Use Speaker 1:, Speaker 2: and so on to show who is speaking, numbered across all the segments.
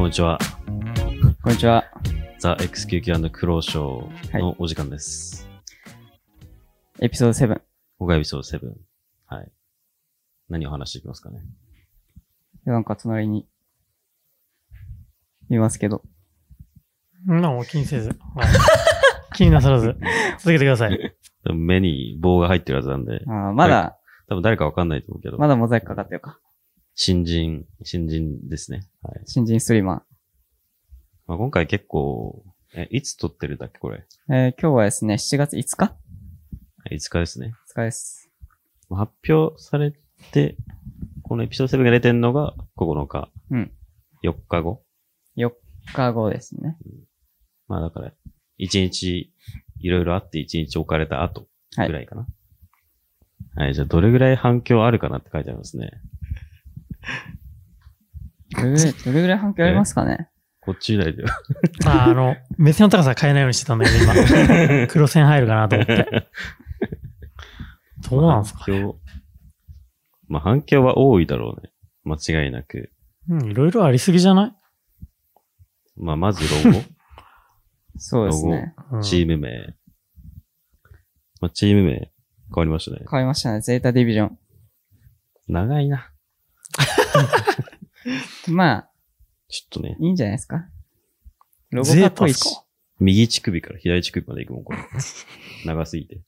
Speaker 1: んにちは。
Speaker 2: こんにちは。
Speaker 1: ザ・ XQQ& クローショーのお時間です。
Speaker 2: エピソード7。
Speaker 1: 今回エピソード7。はい。何を話していきますかね。
Speaker 2: なんか隣に、いますけど。
Speaker 3: うんまあもう気にせず。はい気になさらず。続けてください。
Speaker 1: 多分目に棒が入ってるはずなんで、
Speaker 2: あーまだ、
Speaker 1: 多分誰かわかんないと思うけど、
Speaker 2: まだモザイクかかってるか。
Speaker 1: 新人、新人ですね。はい。
Speaker 2: 新人ストリーマ
Speaker 1: まあ、今回結構、え、いつ撮ってるんだっけこれ。
Speaker 2: ー。えー今日はですね、7月5日
Speaker 1: 5日ですね。
Speaker 2: ?5 日です。
Speaker 1: まあ発表されて、このエピソード7が出てんのが9日。
Speaker 2: うん。
Speaker 1: 4日後。
Speaker 2: 5日後ですね。
Speaker 1: まあだから、一日、いろいろあって一日置かれた後
Speaker 2: はい
Speaker 1: ぐらいかな。はい、じゃあどれぐらい反響あるかなって書いてありますね。
Speaker 2: どれぐらい、どれぐらい反響ありますかね
Speaker 1: こっち以来では。
Speaker 3: まあ、あの、目線の高さ変えないようにしてたんだけど、今。黒線入るかなと思って。どうなんですか、
Speaker 1: 反響。まあ反響は多いだろうね。間違いなく。
Speaker 3: うん、いろいろありすぎじゃない、
Speaker 1: まあまずロ
Speaker 2: そうですね。
Speaker 3: うん
Speaker 1: ゴ、チーム名。まあチーム名変わりましたね。
Speaker 2: 変わりましたね。ゼータディビジョ
Speaker 1: 長いな。
Speaker 2: ン。まあ、
Speaker 1: ちょっとね、
Speaker 2: いいんじゃないですかロゴ
Speaker 3: ゼ
Speaker 2: か
Speaker 3: ー
Speaker 2: っこ
Speaker 3: タ
Speaker 2: い
Speaker 3: で
Speaker 2: い
Speaker 3: す
Speaker 2: し
Speaker 3: か。
Speaker 1: 右乳首から左乳首まで行くもん、これ。長すぎて。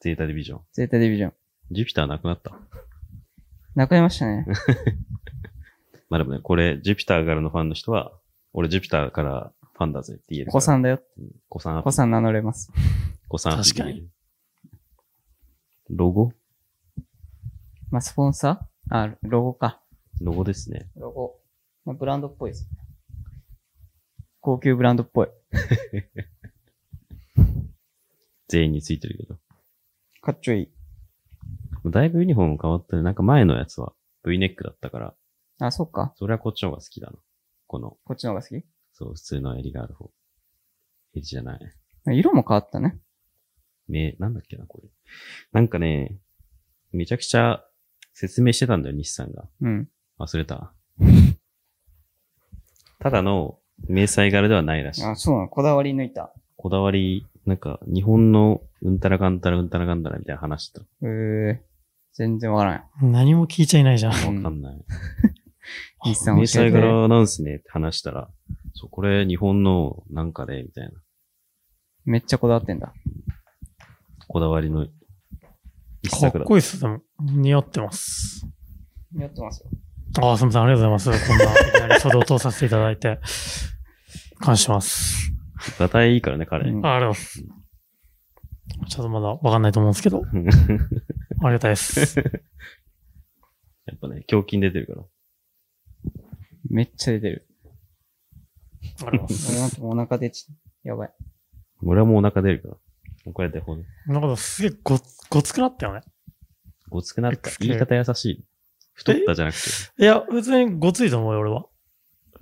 Speaker 1: ゼータディビジョン。
Speaker 2: ゼータディビジョン。
Speaker 1: ジュピターなくなった。
Speaker 2: なくなりました ね。
Speaker 1: まあでもね、これ、ジュピターからのファンの人は、俺ジュピターからファンだぜって言える
Speaker 2: お
Speaker 1: から。
Speaker 2: 子さんだよ。
Speaker 1: うん。子さんア
Speaker 2: お
Speaker 1: ピ
Speaker 2: 子
Speaker 1: ール。
Speaker 2: さん名乗れます。
Speaker 1: 子さんアピール
Speaker 3: 確かに。
Speaker 1: ロゴ
Speaker 2: まあ、スポンサーあ、ロゴか。
Speaker 1: ロゴですね。
Speaker 2: ロゴ。まあ、ブランドっぽいです。高級ブランドっぽい。
Speaker 1: 全員についてるけ
Speaker 2: かっちょいい。
Speaker 1: ど。だいぶユニフォーム変わってる。なんか前のやつは V ネックだったから、
Speaker 2: あ、そっか。
Speaker 1: それはこっちの方が好きだな。この、
Speaker 2: こっちの方が好き
Speaker 1: そう、普通の襟がある方。襟じゃない。
Speaker 2: 色も変わったね。
Speaker 1: 目、なんだっけな、これ。なんかね、めちゃくちゃ説明してたんだよ、西さんが。
Speaker 2: うん。
Speaker 1: 忘れた。ただの迷彩柄ではないらしい。
Speaker 2: あ、そうなの。こだわり抜いた。
Speaker 1: こだわり、なんか、日本のうんたらかんたらうんたらかんたらみたいな話だ。わ
Speaker 2: えー、全然わからん。
Speaker 3: 何も聞いちゃいないじゃん。
Speaker 1: か
Speaker 2: うん
Speaker 1: んない。
Speaker 2: 日産
Speaker 1: 迷
Speaker 2: 教え
Speaker 1: 彩
Speaker 2: て。
Speaker 1: 柄なんすねって話したら、そう、これ日本のなんかで、みたいな。
Speaker 2: めっちゃこだわってんだ。
Speaker 1: こだわりの一
Speaker 3: かっ
Speaker 1: 作だ。
Speaker 3: こいいっす。でも、似合ってます。
Speaker 2: やってますよ。
Speaker 3: ああ、すみません。ありがとうございます。こんな、いきなり書道通させていただいて。感謝します。
Speaker 1: ガタイいいからね、彼。
Speaker 2: うん
Speaker 3: あありがとうございます。ちょっとまだわかんないと思うんですけど。ありがたいです。
Speaker 1: やっぱね、胸筋出てるから。
Speaker 2: めっちゃ出てる。
Speaker 3: ありがとうございます。
Speaker 2: 俺なんかお腹出ち、やばい。
Speaker 1: 俺はもうお腹出るから。こうやってほん、
Speaker 3: なんかすげえご、ごつくなったよね。
Speaker 1: ごつくなった。
Speaker 3: XK
Speaker 1: 言い方優しい。太ったじゃなくて。
Speaker 3: いや、別にごついと思うよ、俺は。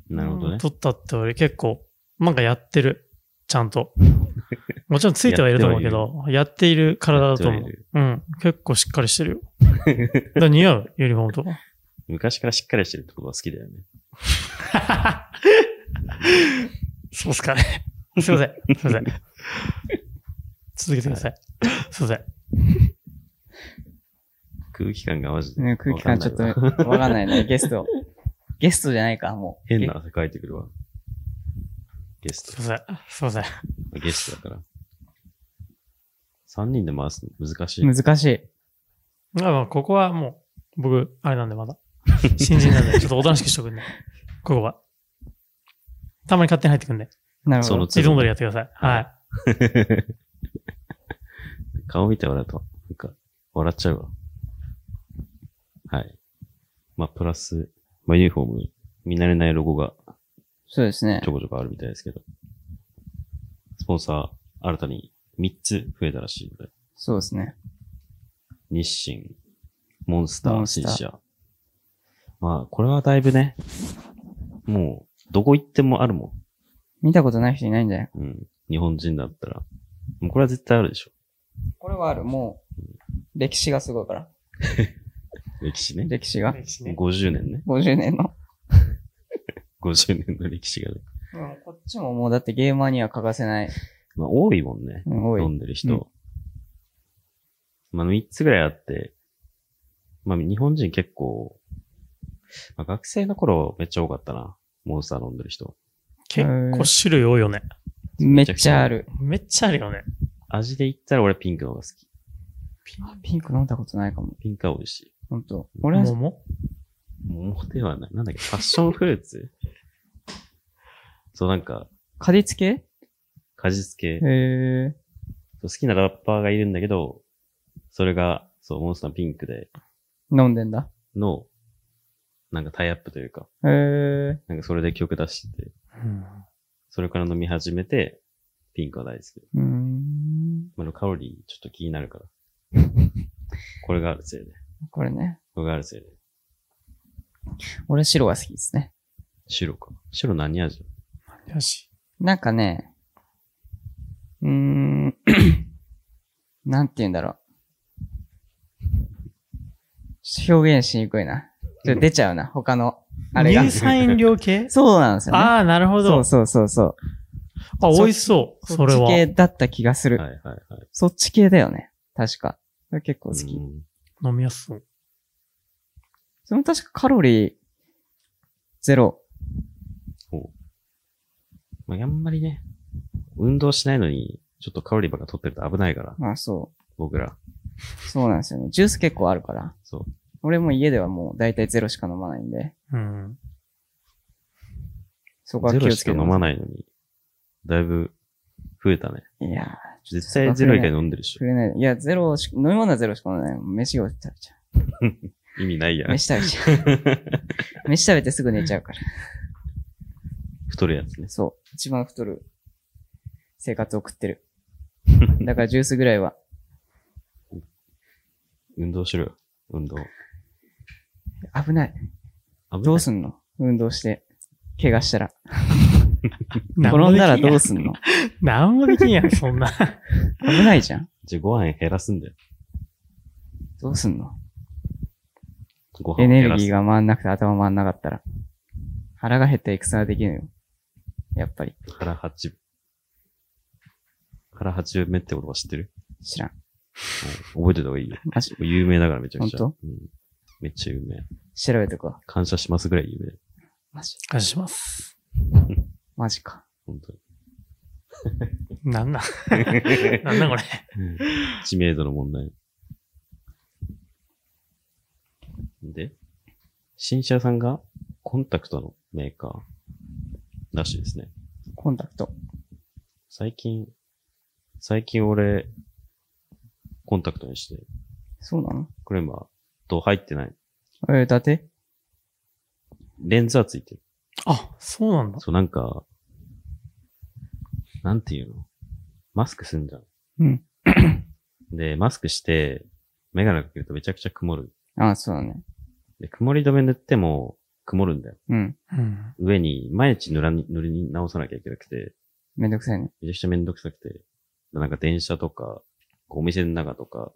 Speaker 1: なるほどね。
Speaker 3: 取ったって俺結構、なんかやってる。ちゃ んと。もちろんついてはいると思うけど、やっている体だと思
Speaker 1: やっ
Speaker 3: う
Speaker 1: てはいる。
Speaker 3: うん。結構しっかりしてるよ。だから似合う、ユニフォー ムと
Speaker 1: 昔からしっかりしてるってことが好きだよね。
Speaker 3: か。そうっすかね。すいません。すいません。続けてください。すいません。
Speaker 1: 空気感がマジで。
Speaker 2: ね、空気感ちょっと
Speaker 1: わかんないわ
Speaker 2: わかんないね。 ゲスト。ゲストじゃないか、もう。
Speaker 1: 変な汗かいてくるわ。ゲス
Speaker 3: すいません。すいません。
Speaker 1: ト。ゲストだから。三人で回すの難しい。
Speaker 2: げ。難しい。
Speaker 3: まあまあ、ここはもう、僕、あれなんでまだ。新 人なんで、ちょっとおとなしくしとくんで。ここは。たまに勝手に入ってくんで。
Speaker 2: なるほ
Speaker 1: その
Speaker 2: ど。
Speaker 3: いつも通りやってください。はい。
Speaker 1: 顔見て笑うと、なんか、笑っちゃうわ。はい。まあ、プラス、まあ、ユニフォーム、見慣れないロゴが
Speaker 2: そうですね
Speaker 1: ち。ょこちょこあるみたいですけど。スポンサー、新たに3つ増えたらしいので。
Speaker 2: そうですね。
Speaker 1: 日清、モンスタ
Speaker 2: モ
Speaker 1: ー、
Speaker 2: ンス
Speaker 1: シン
Speaker 2: ター
Speaker 1: シア。まあ、これはだいぶね、もう、どこ行ってもあるもん。
Speaker 2: 見たことない人いないんじゃない
Speaker 1: うん。日本人だったら。もうこれは絶対あるでしょ。
Speaker 2: これはある。もう、歴史がすごいから。
Speaker 1: 歴史ね。
Speaker 2: 歴史が。
Speaker 3: 歴史ね
Speaker 1: 50年ね。
Speaker 2: 50年の。
Speaker 1: 50年の歴史がね。
Speaker 2: うんこっちももうだってゲーマーには欠かせない。
Speaker 1: まあ、多いもんね。
Speaker 2: うん、多い。
Speaker 1: 飲んでる人。
Speaker 2: うん
Speaker 1: まあ、3つぐらいあって、まあ、日本人結構、まあ、学生の頃めっちゃ多かったな。モンスター飲んでる人。
Speaker 3: 結構種類多いよね。
Speaker 2: めっちゃある。
Speaker 3: めっちゃあるよね。
Speaker 1: 味で言ったら俺ピンクの方が好き。
Speaker 2: あピンク飲んだことないかも。
Speaker 1: ピンクは美味しい。
Speaker 2: ほんと。俺は、
Speaker 3: 桃
Speaker 1: 桃ではない。なんだっけ、パッションフルーツそう、なんか、
Speaker 2: 果実系
Speaker 1: 果実系
Speaker 2: へ。え。
Speaker 1: そう好きなラッパーがいるんだけど、それが、そう、モンスターピンクで、
Speaker 2: 飲んでんだ。
Speaker 1: の、なんかタイアップというか、
Speaker 2: へえ。
Speaker 1: なんかそれで曲出してて、それから飲み始めて、ピンクは大好き。
Speaker 2: うーん。
Speaker 1: まあ、カロリーちょっと気になるから。これがあるせいで。
Speaker 2: これね。
Speaker 1: これがあるせいで。
Speaker 2: 俺白が好きですね。
Speaker 1: 白か。白何味
Speaker 3: よし。
Speaker 2: なんかね、うーん、 なんて言うんだろう。ちょっと表現しにくいな。ちょっと出ちゃうな、他の、あれが
Speaker 3: 乳。酸飲料系
Speaker 2: そうなんですよね。
Speaker 3: ああ、なるほ
Speaker 2: そ
Speaker 3: ど
Speaker 2: う。そうそうそう。
Speaker 3: あ、美味しそう。それ
Speaker 2: っち
Speaker 3: は。
Speaker 2: 系だった気がする。
Speaker 1: はいはいはい。
Speaker 2: そっち系だよね。確か。それ結構好き。
Speaker 1: うん
Speaker 3: 飲みやすそう。
Speaker 2: それも確かカロリー、ゼロ。
Speaker 1: まあ、あんまりね、運動しないのに、ちょっとカロリーばっか取ってると危ないから、
Speaker 2: まあそ
Speaker 1: 僕ら。
Speaker 2: う。そうなんですよね。ジュース結構あるから。
Speaker 1: そう。
Speaker 2: 俺も家ではもう大体ゼロしか飲まないんで。
Speaker 3: うん。
Speaker 2: そこは
Speaker 1: ゼ
Speaker 2: 気
Speaker 1: ロ
Speaker 2: を
Speaker 1: し
Speaker 2: つけ
Speaker 1: か
Speaker 2: て
Speaker 1: 飲まないのに、だいぶ増えたね。
Speaker 2: いやー
Speaker 1: 絶対ゼロ以外飲んでるでし
Speaker 2: くれない。いや、ゼロし、飲み物はゼロしか飲んでない。飯を食べちゃ
Speaker 1: ょ。意味ないや
Speaker 2: う。
Speaker 1: ん。
Speaker 2: 飯食べちゃう。飯食べてすぐ寝ちゃうから。
Speaker 1: 太るやつね。
Speaker 2: そう。一番太る生活を送ってる。だからジュースぐらいは。
Speaker 1: 運動しろよ。運動。
Speaker 2: 危ない。
Speaker 1: 危ない
Speaker 2: どうすんの運動して。怪我したら。
Speaker 3: なんも
Speaker 2: 転ん
Speaker 3: でき
Speaker 2: だら
Speaker 3: や
Speaker 2: どうすんの
Speaker 3: なんもできんやん、そ んな。
Speaker 2: 危ないじゃん。
Speaker 1: じゃあご飯減らすんだよ。
Speaker 2: どうす んの
Speaker 1: ご飯を
Speaker 2: エネ
Speaker 1: 減
Speaker 2: ル
Speaker 1: らす
Speaker 2: ギーが回んなくて頭回んなかったら。腹が減った戦はできるよ。やっぱり。
Speaker 1: 腹八分。腹八分目って言葉知ってる
Speaker 2: 知らん。
Speaker 1: うん覚えてた方がいいよ。
Speaker 2: マジ
Speaker 1: 有名だからめちゃくちゃ。
Speaker 2: 本
Speaker 1: うん、めっちゃ有名。
Speaker 2: 調べとくわ。
Speaker 1: 感謝しますぐらい有名。
Speaker 2: マジ。
Speaker 3: 感じします。
Speaker 2: マジか。
Speaker 1: 本 当に。
Speaker 3: なんだなんだこれ。
Speaker 1: 知名度の問題。で、新車さんがコンタクトのメーカーらしいですね。
Speaker 2: コンタクト。
Speaker 1: 最近、最近俺、コンタクトにして、
Speaker 2: そうなの
Speaker 1: クレマーと入ってない。
Speaker 2: えー、伊達
Speaker 1: レンズはついてる。
Speaker 3: あ、そうなんだ。
Speaker 1: そう、なんか、なんていうのマスクすんじゃん。
Speaker 2: うん。
Speaker 1: で、マスクして、メガネかけるとめちゃくちゃ曇る。
Speaker 2: ああ、そうだね。
Speaker 1: で、曇り止め塗っても曇るんだよ。
Speaker 2: うん。
Speaker 3: うん。
Speaker 1: 上に、毎日塗らに、塗り直さなきゃいけなくて、
Speaker 2: めんどくさいね。
Speaker 1: めちゃくちゃめんどくさくて、なんか電車とか、こうお店の中とか、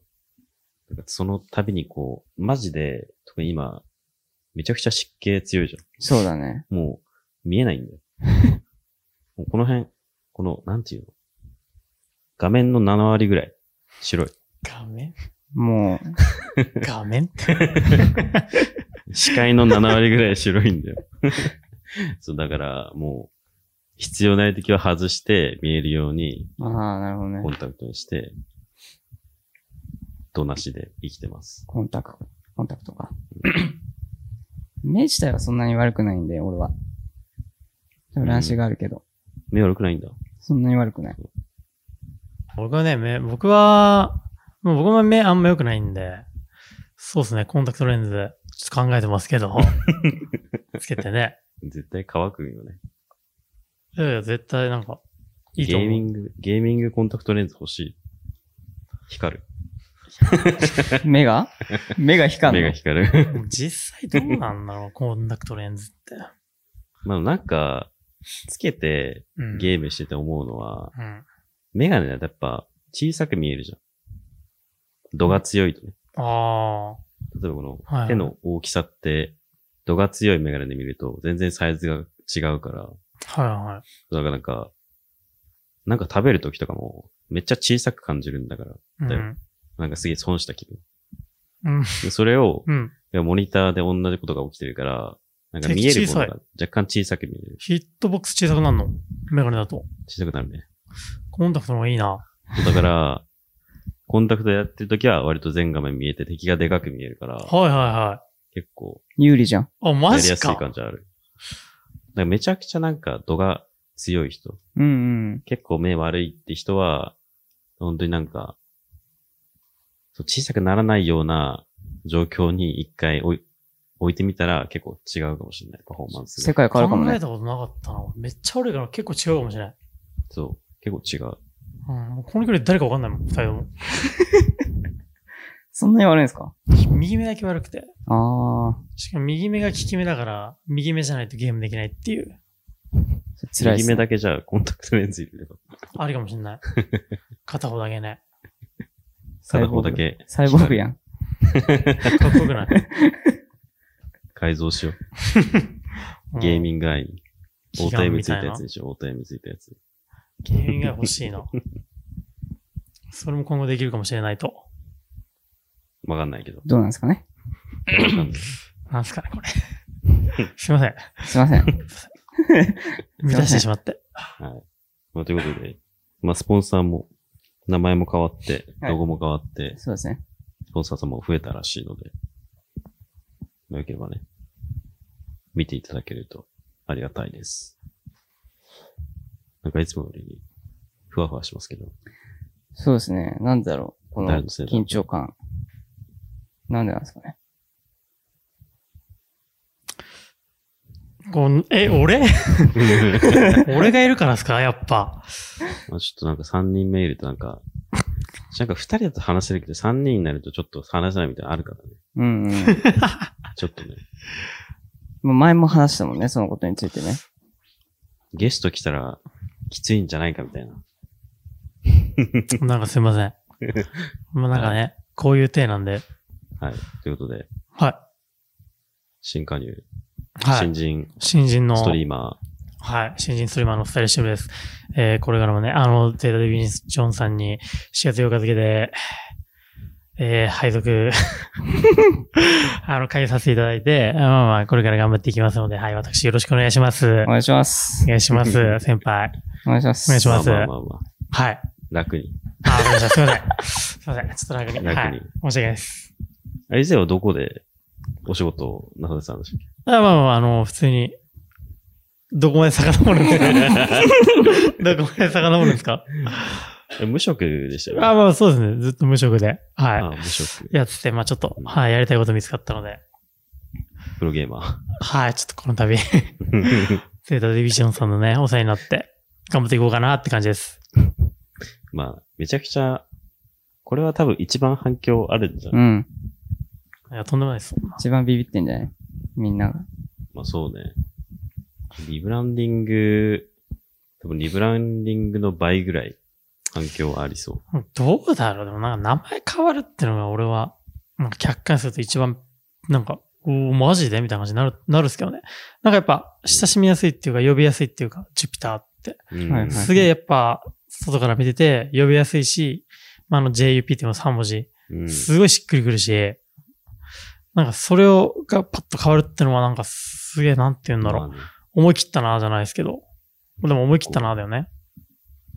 Speaker 1: なんかその度にこう、マジで、特に今、めちゃくちゃ湿気強いじゃん。
Speaker 2: そうだね。
Speaker 1: もう、見えないんだよ。もうこの辺、この、なんていうの画面の7割ぐらい、白い。
Speaker 3: 画面
Speaker 2: も
Speaker 3: 画面って。
Speaker 1: 視界の7割ぐらい白いんだよ。 そう、だから、もう、必要ない時は外して、見えるように、
Speaker 2: う、ああ、なるほど
Speaker 1: コ
Speaker 2: ね。
Speaker 1: ンタクトにして、となしで生きてます。
Speaker 2: コンタクト。コンタクトか。 目自体はそんなに悪くないんで、俺は。乱視があるけど、
Speaker 1: 目悪くないんだ。
Speaker 2: そんなに悪くない。
Speaker 3: 僕はね、目、僕は、もう僕も目あんま良くないんで、そうですね、コンタクトレンズ、ちょっと考えてますけ ど、つけてね。
Speaker 1: 絶対乾くよね。
Speaker 3: いやいや、絶対なんか、いい
Speaker 1: ゲ
Speaker 3: と
Speaker 1: ーミ
Speaker 3: 思う。
Speaker 1: ング、ゲーミングコンタクトレンズ欲しい。光る。
Speaker 2: 目が目が光
Speaker 1: 目
Speaker 2: る
Speaker 1: が
Speaker 2: の。
Speaker 1: 光る。
Speaker 3: もう実際どうなんだろう、コンタクトレンズって。
Speaker 1: まあなんか、つけて
Speaker 3: うん。
Speaker 1: ゲームしてて思うのは、
Speaker 3: うん。
Speaker 1: メガネだとやっぱ小さく見えるじゃん。度が強いとね。
Speaker 3: あ
Speaker 1: 例えばこの
Speaker 3: あ。はい。
Speaker 1: 手の大きさって、度が強いメガネで見ると全然サイズが違うから、
Speaker 3: はいは
Speaker 1: だからなんか、なんか食べるときとかも、めっちゃ小さく感じるんだから、
Speaker 3: い。
Speaker 1: だ
Speaker 3: う
Speaker 1: よ
Speaker 3: ん。
Speaker 1: なんかすげえ損した気分。
Speaker 3: うん
Speaker 1: でそれを、
Speaker 3: うん。
Speaker 1: いやモニターで同じことが起きてるから、なんか見えるものが若干小さく見える。
Speaker 3: ヒットボックス小さくなるのメガネだと。
Speaker 1: 小さくなるね。
Speaker 3: コンタクトの方がいいな。
Speaker 1: だから、コンタクトやってるときは割と全画面見えて敵がでかく見えるから、
Speaker 3: はいはいは
Speaker 1: 結構
Speaker 2: 有利じゃん。
Speaker 3: い。あ、
Speaker 1: や
Speaker 3: マ
Speaker 1: り
Speaker 3: ジ
Speaker 1: やすい
Speaker 3: か。
Speaker 1: 感じある。だからめちゃくちゃなんか度が強い人、
Speaker 2: うんうん。
Speaker 1: 結構目悪いって人は、本当になんか、そう小さくならないような状況に一回置い置いてみたら結構違うかもしれない、パフォーマンス
Speaker 2: 世
Speaker 1: が。
Speaker 2: 界変わるかも
Speaker 3: 考え
Speaker 2: ね。
Speaker 3: たことなかったな。めっちゃ悪いから結構違うかもしれない。
Speaker 1: そう、結構違う。
Speaker 3: うん。もうこの距離で誰かわかんないもん、二人とも。
Speaker 2: そんなに悪いんですか
Speaker 3: 右目だけ悪くて。
Speaker 2: ああ、
Speaker 3: しかも右目が利き目だから、右目じゃないとゲームできないっていう、
Speaker 2: それ辛いっ
Speaker 1: 右
Speaker 2: す、
Speaker 1: 目
Speaker 2: ね。
Speaker 1: だけじゃコンタクトレンズ入れれば、
Speaker 3: あるかもし れない。片方だけね。
Speaker 1: 片方だけ
Speaker 2: サイボーグやん。
Speaker 3: かっこよくない。
Speaker 1: 改造しよう。ゲー
Speaker 3: ン
Speaker 1: ミングアイに。
Speaker 3: グ
Speaker 1: オート M ついたやつ。にしよう。オート M ついたやつ。
Speaker 3: ゲーミングが欲しいな。それも今後できるかもしれないと。
Speaker 1: わかんないけど。
Speaker 2: どうなんですかね
Speaker 1: わかんない
Speaker 3: なんすかね、 これ。すいません。
Speaker 2: すいません。
Speaker 3: 満たしてしまって。
Speaker 1: はい。まあ、ということで、まあ、スポンサーも、名前も変わって、
Speaker 2: はい
Speaker 1: ロゴも変わって、
Speaker 2: そうですね。
Speaker 1: スポンサーさんも増えたらしいので、よければね、見ていただけるとありがたいです。なんかいつもより、ふわふわしますけ ど、
Speaker 2: そうですね。なんだろう。こ
Speaker 1: 誰
Speaker 2: の
Speaker 1: のせいだろう
Speaker 2: 緊張感。なんでなんですかね。
Speaker 3: こう え、俺俺がいるからですかやっぱ。
Speaker 1: まあ、ちょっとなんか3人目いるとなんか、なんか2人だと話せるけど、3人になるとちょっと話せないみたいなのあるからね。
Speaker 2: うんうん。
Speaker 1: ちょっとね、
Speaker 2: まあ前も話したもんね、そのことについてね。
Speaker 1: ゲスト来たらきついんじゃないかみたいな。
Speaker 3: なんかすい ません。まあなんかね、こういう体なんで。
Speaker 1: はい。ということで、
Speaker 3: は
Speaker 1: 新加入、
Speaker 3: い。は
Speaker 1: 新
Speaker 3: い。
Speaker 1: 人、
Speaker 3: 新人の。
Speaker 1: ストリーマ
Speaker 3: はい。新人ストリーマーのスタイリッシュ部です。えー、これからもね、あの、ゼータデビニス・ジョンさんに4月8日付で、えー、配属、 あの、会議させていただいて、あまあまあ、これから頑張っていきますので、はい、私よろしくお願いします
Speaker 2: お。願いします
Speaker 3: お。願いします、先輩。
Speaker 2: お願いします。
Speaker 3: お願いし
Speaker 1: ー。
Speaker 3: ます
Speaker 1: まあまあまあまあ、
Speaker 3: はい。
Speaker 1: 楽に。
Speaker 3: あ、わかりました。すいません。すいません。ちょっとなんかね、は
Speaker 1: 楽に
Speaker 3: い。申し訳ないです。
Speaker 1: あ以前はどこでお仕事をなさってたんでしょ
Speaker 3: あまあまあまあ、あの、普通に、どこまで遡るんですかどこまで遡るんですか
Speaker 1: うかえ無職でしたよね。
Speaker 3: あまあ、そうですね。ずっと無職で。はい。
Speaker 1: あ無職。
Speaker 3: やってて、まあちょっと
Speaker 1: う、ん
Speaker 3: はい、やりたいこと見つかったので、
Speaker 1: プロゲーマ
Speaker 3: はい、ちょっとこの 度、
Speaker 1: ー。
Speaker 3: ゼータディビジョンさんのね、お世話になって、頑張っていこうかなって感じです。
Speaker 1: まあ、めちゃくちゃ、これは多分一番反響あるんじゃ
Speaker 2: う
Speaker 1: ない、
Speaker 2: ん。
Speaker 3: いや、とんでもないです。そんな
Speaker 2: 一番ビビってんじゃないみんなが。
Speaker 1: まあそうね。リブランディング、多分リブランディングの倍ぐらい反響ありそう。
Speaker 3: どうだろうでもなんか名前変わるってのが俺は、なんか客観視すると一番、なんか、おーマジでみたいな感じになる、なるっすけどね。なんかやっぱ、親しみやすいっていうか、呼びやすいっていうか、ジュピターって。
Speaker 1: うん
Speaker 2: はいはい
Speaker 3: すげえやっぱ、外から見てて、呼びやすいし、まあ、あの JUP っていうの3文字。
Speaker 1: うん
Speaker 3: すごいしっくりくるし、なんかそれを、がパッと変わるってのはなんかすげえなんて言うんだろう。
Speaker 1: まあね
Speaker 3: 思い切ったなじゃないですけど。でも思い切ったなだよね。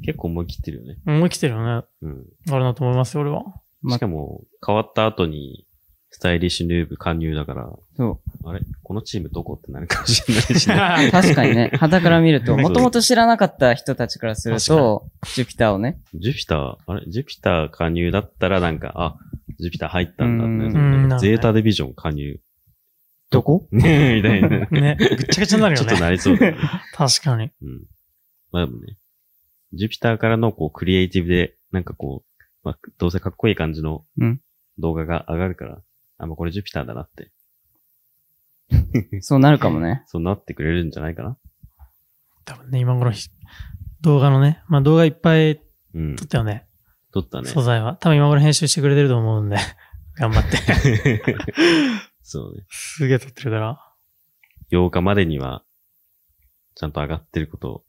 Speaker 1: 結構思い切ってるよね。
Speaker 3: 思い切ってるよね。あ
Speaker 1: うん。
Speaker 3: れだと思いますよ、俺は。
Speaker 2: ま
Speaker 1: しかも、変わった後に、スタイリッシュヌーブ加入だから、
Speaker 2: そ
Speaker 1: あれこのチームどこってなるかもしれないし ね。
Speaker 2: う。確かに ね、肌から見ると、
Speaker 1: ね
Speaker 2: もともと知らなかった人たちからすると、ジュピターをね、
Speaker 1: ジュピター、あれジュピター加入だったらなんか、あ、ジュピター入ったんだってなる
Speaker 2: う
Speaker 1: よね
Speaker 3: んうん
Speaker 1: ゼータディビジョン加入。
Speaker 2: どこ
Speaker 1: ね えみたいな。
Speaker 3: ね、ぐっちゃぐちゃになる
Speaker 1: ち
Speaker 3: よ
Speaker 1: ょっと
Speaker 3: ね。
Speaker 1: なりそうだよね。
Speaker 3: 確かに。
Speaker 1: うん。まあでもね、ジュピターからのこうクリエイティブで、なんかこう、まあどうせかっこいい感じの
Speaker 2: うん
Speaker 1: 動画が上がるから、あ、まあこれジュピターだなって、
Speaker 2: そうなるかもね。
Speaker 1: そうなってくれるんじゃないかな。
Speaker 3: 多分ね、今頃ひ動画のね、まあ動画いっぱい
Speaker 1: うん
Speaker 3: 撮。ったよね。
Speaker 1: 撮ったね。
Speaker 3: 素材は。多分今頃編集してくれてると思うんで、頑 張って。
Speaker 1: そうね。
Speaker 3: すげえ撮ってるから。
Speaker 1: 8日までには、ちゃんと上がってることを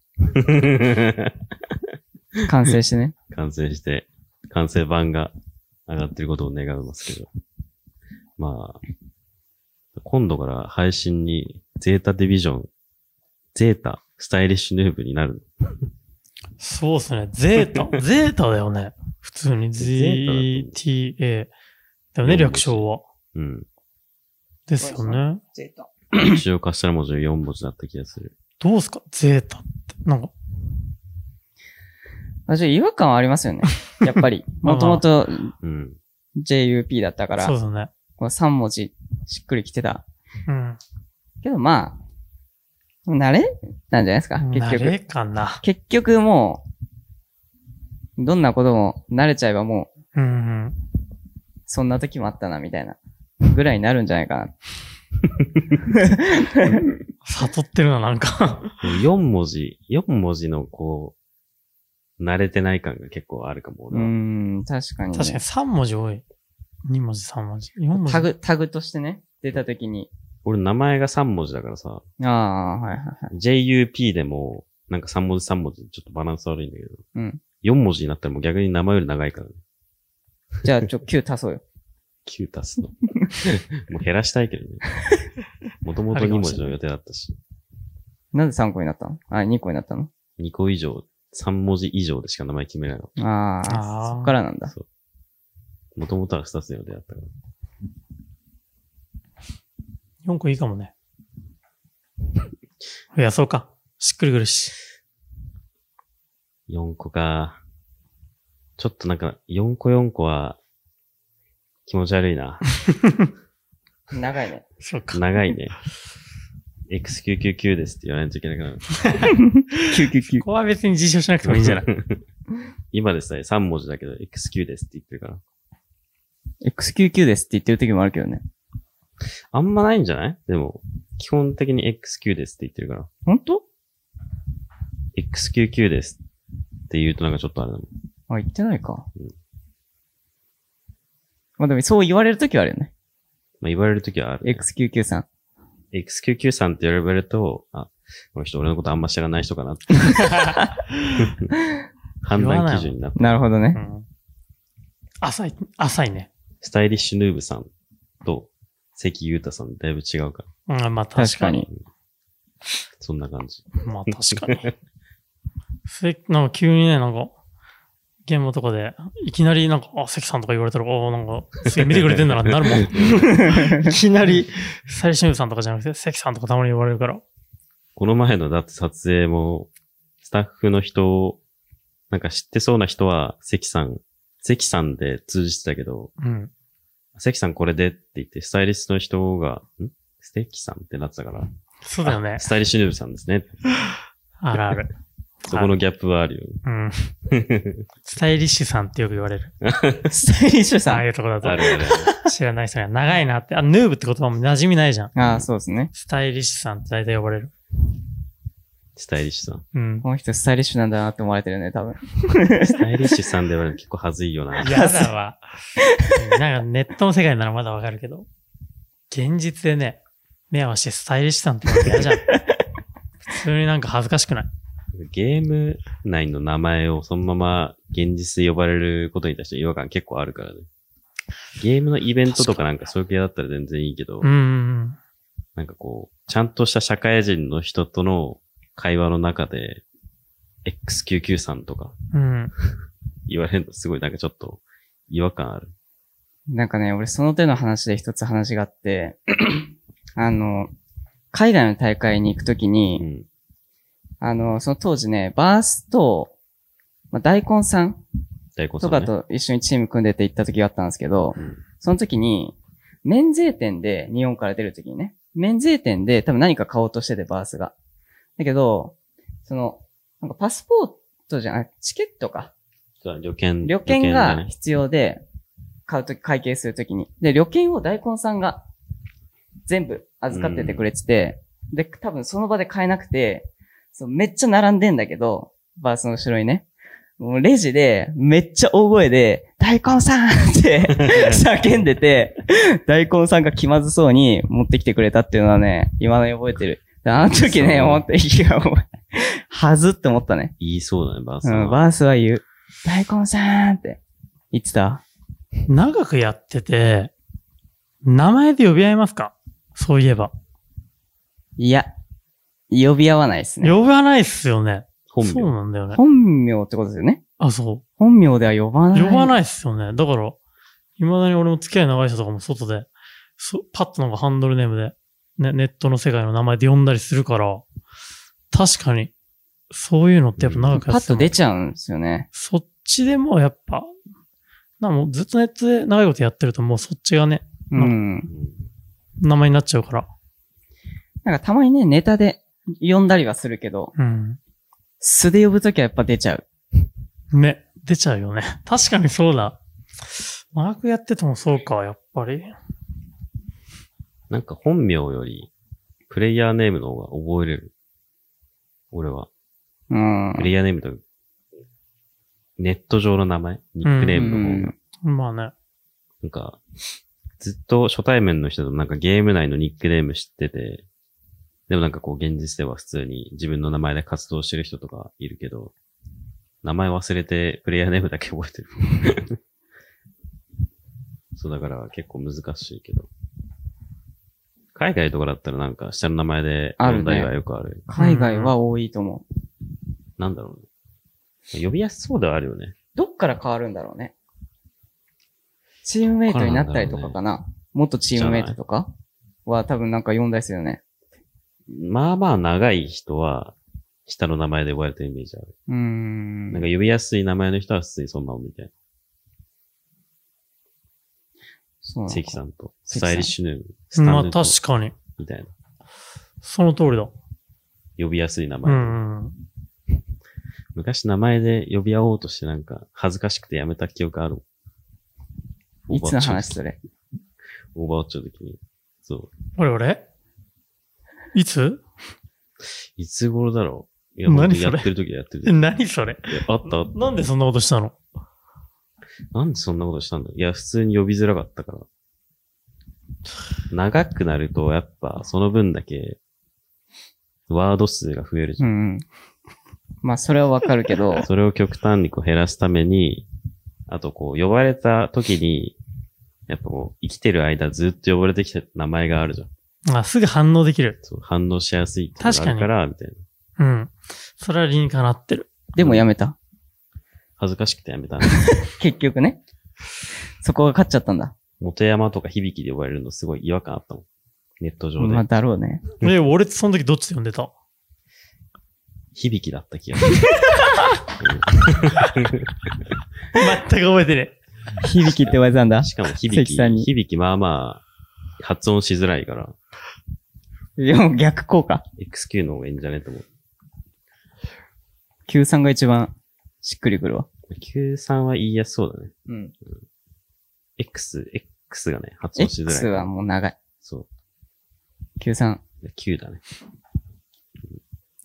Speaker 2: 完成してね。
Speaker 1: 完成して、完成版が上がってることを願いますけど。まあ、今度から配信にゼータディビジョン、ゼータ、スタイリッシュヌーブになる。
Speaker 3: そうっすね。ゼータ。ゼータだよね。普通に。
Speaker 1: ゼ
Speaker 3: ZTA。だよね、略称は。
Speaker 1: うん。
Speaker 3: ですよね。
Speaker 2: ゼータ。
Speaker 1: 使用化したら文字4文字だった気がする。
Speaker 3: どうっすかゼータって。なんか、
Speaker 2: あ、ちょっと違和感はあり ますよね。やっぱり。
Speaker 3: まあ
Speaker 2: もともと
Speaker 1: うん。
Speaker 2: JUP だったから
Speaker 3: そう、だね。
Speaker 2: こう3文字しっくりきてた。
Speaker 3: うん。
Speaker 2: けどまあ、慣れなんじゃないですか、結
Speaker 3: 慣
Speaker 2: 局。
Speaker 3: れかな。
Speaker 2: 結局もう、どんなことも慣れちゃえばもう、
Speaker 3: うんうん。
Speaker 2: そんな時もあったな、みたいな。ぐらいになるんじゃないかな。
Speaker 3: 悟ってるな、なんか。
Speaker 1: 4文字、4文字のこう、慣れてない感が結構あるかも。
Speaker 2: うー
Speaker 1: 俺は
Speaker 2: ん、確かに、ね。
Speaker 3: 確かに3文字多い。2文字、3文字。4文字。
Speaker 2: タグ、タグとしてね、出た時に。
Speaker 1: 俺名前が3文字だからさ、
Speaker 2: ああ、はいはいはい。
Speaker 1: JUP でも、なんか3文字3文字ちょっとバランス悪いんだけど、
Speaker 2: うん
Speaker 1: 4文字になったらもう逆に名前より長いからね。
Speaker 2: じゃあ、ちょ、9足そうよ。
Speaker 1: 9足すの。もう減らしたいけどね。もともと2文字の予定だったし、
Speaker 2: なんで3個になったのあ、2個になったの
Speaker 1: 2個以上、3文字以上でしか名前決めないの。
Speaker 2: ああ
Speaker 3: あ、ー
Speaker 2: そっからなんだ。
Speaker 1: そう。もともとは2つの予定だったから。
Speaker 3: 4個いいかもね。増やそうか。しっくりくるし。
Speaker 1: 4個か。ちょっとなんか、4個4個は、気持ち悪いな。
Speaker 2: 長いね。
Speaker 3: そうか。
Speaker 1: 長いね。X999 ですって言わないといけないから。
Speaker 2: 999。
Speaker 3: ここは別に辞書しなくてもいいんじゃない
Speaker 1: 今でさえ3文字だけど、XQ ですって言ってるから。
Speaker 2: X99 ですって言ってる時もあるけどね。
Speaker 1: あんまないんじゃないでも、基本的に XQ ですって言ってるから。
Speaker 2: ほんと
Speaker 1: XQQ ですって言うとなんかちょっとあれだもん。
Speaker 2: あ、言ってないか
Speaker 1: うん。
Speaker 2: まあでも、そう言われる時はあるよね。
Speaker 1: まあ、言われるときはある、ね。
Speaker 2: X99 さん。
Speaker 1: XQQ さんって言われると、あ、この人俺のことあんま知らない人かなって。判断基準になって。
Speaker 2: なるほど
Speaker 3: う
Speaker 2: ね。
Speaker 3: ん浅い、浅いね。
Speaker 1: スタイリッシュヌーブさんと関裕太さんだいぶ違うから。
Speaker 3: うん、まあ確
Speaker 2: 確
Speaker 3: か
Speaker 2: か
Speaker 3: に。
Speaker 2: に。
Speaker 1: そんな感じ。
Speaker 3: まあ確かに。 せなんか急にね、なんか、現場とかで、いきなりなんか、あ、関さんとか言われたら、おーなんか、すげえ見てくれてんだなってなる も ん。いきなり、最新部さんとかじゃなくて、関さんとかたまに言われるから。
Speaker 1: この前のだって撮影も、スタッフの人を、なんか知ってそうな人は、関さん、関さんで通じてたけど、
Speaker 3: うん。
Speaker 1: 関さんこれでって言って、スタイリストの人が、ん関さんってなってたから、
Speaker 3: そうだよね
Speaker 1: あ。スタイリッシュヌーブさんですね。
Speaker 3: あるある。
Speaker 1: そこのギャップはあるよね。
Speaker 3: うん。スタイリッシュさんってよく言われる。
Speaker 2: スタイリッシュさ
Speaker 3: ああ
Speaker 2: ん。
Speaker 3: いうとこだと
Speaker 1: あ。るある
Speaker 3: 知らない人には長いなって。あ、ヌーブって言葉も馴染みないじゃん。
Speaker 2: ああ、そうですね。
Speaker 3: スタイリッシュさんって大体呼ばれる。
Speaker 1: スタイリッシュさん。
Speaker 3: うん。
Speaker 2: この人スタイリッシュなんだなって思われてるね、多分。
Speaker 1: スタイリッシュさんで言われるの結構恥ずいよな。
Speaker 3: やだわ。なんかネットの世界ならまだわかるけど、現実でね、目合わせてスタイリッシュさんって言われて 嫌じゃん。普通になんか恥ずかしくない。
Speaker 1: ゲーム内の名前をそのまま現実で呼ばれることに対して違和感結構あるからね。ゲームのイベントとかなんかそういう系だったら全然いいけど、
Speaker 3: うんうんうん。
Speaker 1: なんかこう、ちゃんとした社会人の人との会話の中で、XQQ さんとか
Speaker 3: うん。
Speaker 1: 言われるのすごいなんかちょっと違和感ある。
Speaker 2: なんかね、俺その手の話で一つ話があって、 あの、海外の大会に行くときに、
Speaker 1: うん。
Speaker 2: あの、その当時ね、バースと、まあ、大根さん
Speaker 1: 大根さ
Speaker 2: と
Speaker 1: ん、ね。
Speaker 2: かと一緒にチーム組んでて行った時があったんですけど、
Speaker 1: うん
Speaker 2: その時に、免税店で、日本から出る時にね、免税店で多分何か買おうとしてて、バースが。だけど、その、なんかパスポートじゃない、チケットか。
Speaker 1: そうだ旅券。
Speaker 2: 旅券
Speaker 1: だ
Speaker 2: が
Speaker 1: ね
Speaker 2: 必要で、買うとき、会計するときに。で、旅券を大根さんが全部預かっててくれてて、で、多分その場で買えなくて、そうめっちゃ並んでんだけど、バースの後ろにね。もうレジで、めっちゃ大声で、大根さんって 叫んでて、大根さんが気まずそうに持ってきてくれたっていうのはね、今のに覚えてる。であの時ね、
Speaker 1: そう
Speaker 2: 思って、いや、お前、はずって思ったね。
Speaker 1: 言いそうだね、ばあ
Speaker 2: う
Speaker 1: さん
Speaker 2: ん、
Speaker 1: は。
Speaker 2: バースは言う。大根さんって言ってた
Speaker 3: 長くやってて、名前で呼び合いますかそういえば。
Speaker 2: いや、呼び合わないですね。
Speaker 3: 呼ばないっすよね。
Speaker 1: 本
Speaker 3: そう
Speaker 1: 名。
Speaker 3: なんだよね。
Speaker 2: 本名ってことですよね。
Speaker 3: あ、そ
Speaker 2: 本名では呼ば
Speaker 3: う。
Speaker 2: ない。
Speaker 3: 呼ば
Speaker 2: い。
Speaker 3: ないっすよね。だから、未だに俺も付き合い長い人とかも外で、そパッとなんかハンドルネームで、ね、ネットの世界の名前で呼んだりするから、確かに、そういうのってやっぱ長く
Speaker 2: パ
Speaker 3: やって
Speaker 2: ッ
Speaker 3: て
Speaker 2: と
Speaker 3: も
Speaker 2: 出ちゃうんですよね。
Speaker 3: そっちでもやっぱ、なんかもうずっとネットで長いことやってるともうそっちがね、
Speaker 2: う
Speaker 3: うん
Speaker 2: ん。
Speaker 3: 名前になっちゃうから。
Speaker 2: なんかたまにね、ネタで呼んだりはするけど、
Speaker 3: うん。
Speaker 2: 素で呼ぶときはやっぱ出ちゃう。
Speaker 3: ね、出ちゃうよね。 確かにそうだ。マークやっててもそうか、やっぱり。
Speaker 1: なんか本名より、プレイヤーネームの方が覚えれる。俺は。
Speaker 2: うん。
Speaker 1: プレイヤーネームと、ネット上の名前ニックネームの方が。
Speaker 3: まあね。
Speaker 1: なんか、ずっと初対面の人となんかゲーム内のニックネーム知ってて、でもなんかこう現実では普通に自分の名前で活動してる人とかいるけど、名前忘れてプレイヤーネームだけ覚えてる。 そうだから結構難しいけど。海外とかだったらなんか下の名前で
Speaker 2: あ
Speaker 1: 呼
Speaker 2: るね
Speaker 1: んだりはよくある。
Speaker 2: 海外は多いと思う。
Speaker 1: なんだろうね。呼びやすそうではあるよね。
Speaker 2: どっから変わるんだろうね。チームメイトになったりとかかな。元チームメイトとかは多分なんか呼んだりするよね。
Speaker 1: まあまあ長い人は下の名前で呼ばれてるイメージある。
Speaker 2: うーん。
Speaker 1: なんか呼びやすい名前の人は普通にそんなのみたい
Speaker 2: そう
Speaker 1: な。
Speaker 2: なの
Speaker 1: 関
Speaker 2: か
Speaker 1: さんと、
Speaker 2: 関さん
Speaker 1: スタイリッシュネーム、ス
Speaker 3: ま
Speaker 1: タ
Speaker 3: あ
Speaker 1: ンド
Speaker 3: 確
Speaker 1: と
Speaker 3: かに。
Speaker 1: みたいな。
Speaker 3: その通りだ。
Speaker 1: 呼びやすい名
Speaker 3: う
Speaker 1: 前。
Speaker 3: んうん。
Speaker 1: 昔名前で呼び合おうとしてなんか恥ずかしくてやめた記憶ある。
Speaker 2: いつの話
Speaker 1: オーバーウォッチの時
Speaker 2: そ
Speaker 1: オ
Speaker 2: れ。
Speaker 1: ーバーウォッチの時に。そう。
Speaker 3: 我々いつ
Speaker 1: いつ頃だろういや、
Speaker 3: 何
Speaker 1: 本当に
Speaker 3: そ
Speaker 1: や
Speaker 3: れ
Speaker 1: ってる時やって
Speaker 3: え
Speaker 1: る。
Speaker 3: 何それ
Speaker 1: い やあったあった。
Speaker 3: なんでそんなことしたの
Speaker 1: なんでそんなことしたんだいや、普通に呼びづらかったから。長くなると、やっぱ、その分だけ、ワード数が増えるじ
Speaker 2: う
Speaker 1: ゃん。
Speaker 2: んうん。まあそれはわかるけど、
Speaker 1: それを極端にこう減らすために、あとこう、呼ばれた時に、やっぱこう、生きてる間ずっと呼ばれてきた名前があるじゃん。
Speaker 3: あ、すぐ反応できる。
Speaker 1: そう反応しやすいっていうのがあるから、みたいな。
Speaker 3: うん。それは理にかなってる。
Speaker 2: でもやめた。
Speaker 1: 恥ずかしくてやめ たね。
Speaker 2: 結局ね。そこが勝っちゃったんだ。
Speaker 1: 元山とか響きで呼ばれるのすごい違和感あったもん。ネット上で。
Speaker 2: まあだろうね。
Speaker 3: え、俺その時どっちで呼んでた
Speaker 1: 響きだった気がする。
Speaker 3: 全く覚えてね
Speaker 2: 響きって言われたんだ。
Speaker 1: しかも響
Speaker 2: 関
Speaker 1: き、
Speaker 2: さんに
Speaker 1: 響きまあまあ、発音しづらいから、
Speaker 2: でも逆効果。
Speaker 1: XQ の方がいいんじゃねと思う。
Speaker 2: Q3 が一番しっくりくるわ。
Speaker 1: Q3 は言いやすそうだね。
Speaker 2: うん。
Speaker 1: X、X がね、発音しづらい。
Speaker 2: X はもう長い。
Speaker 1: そ
Speaker 2: Q3。
Speaker 1: う。Q だね。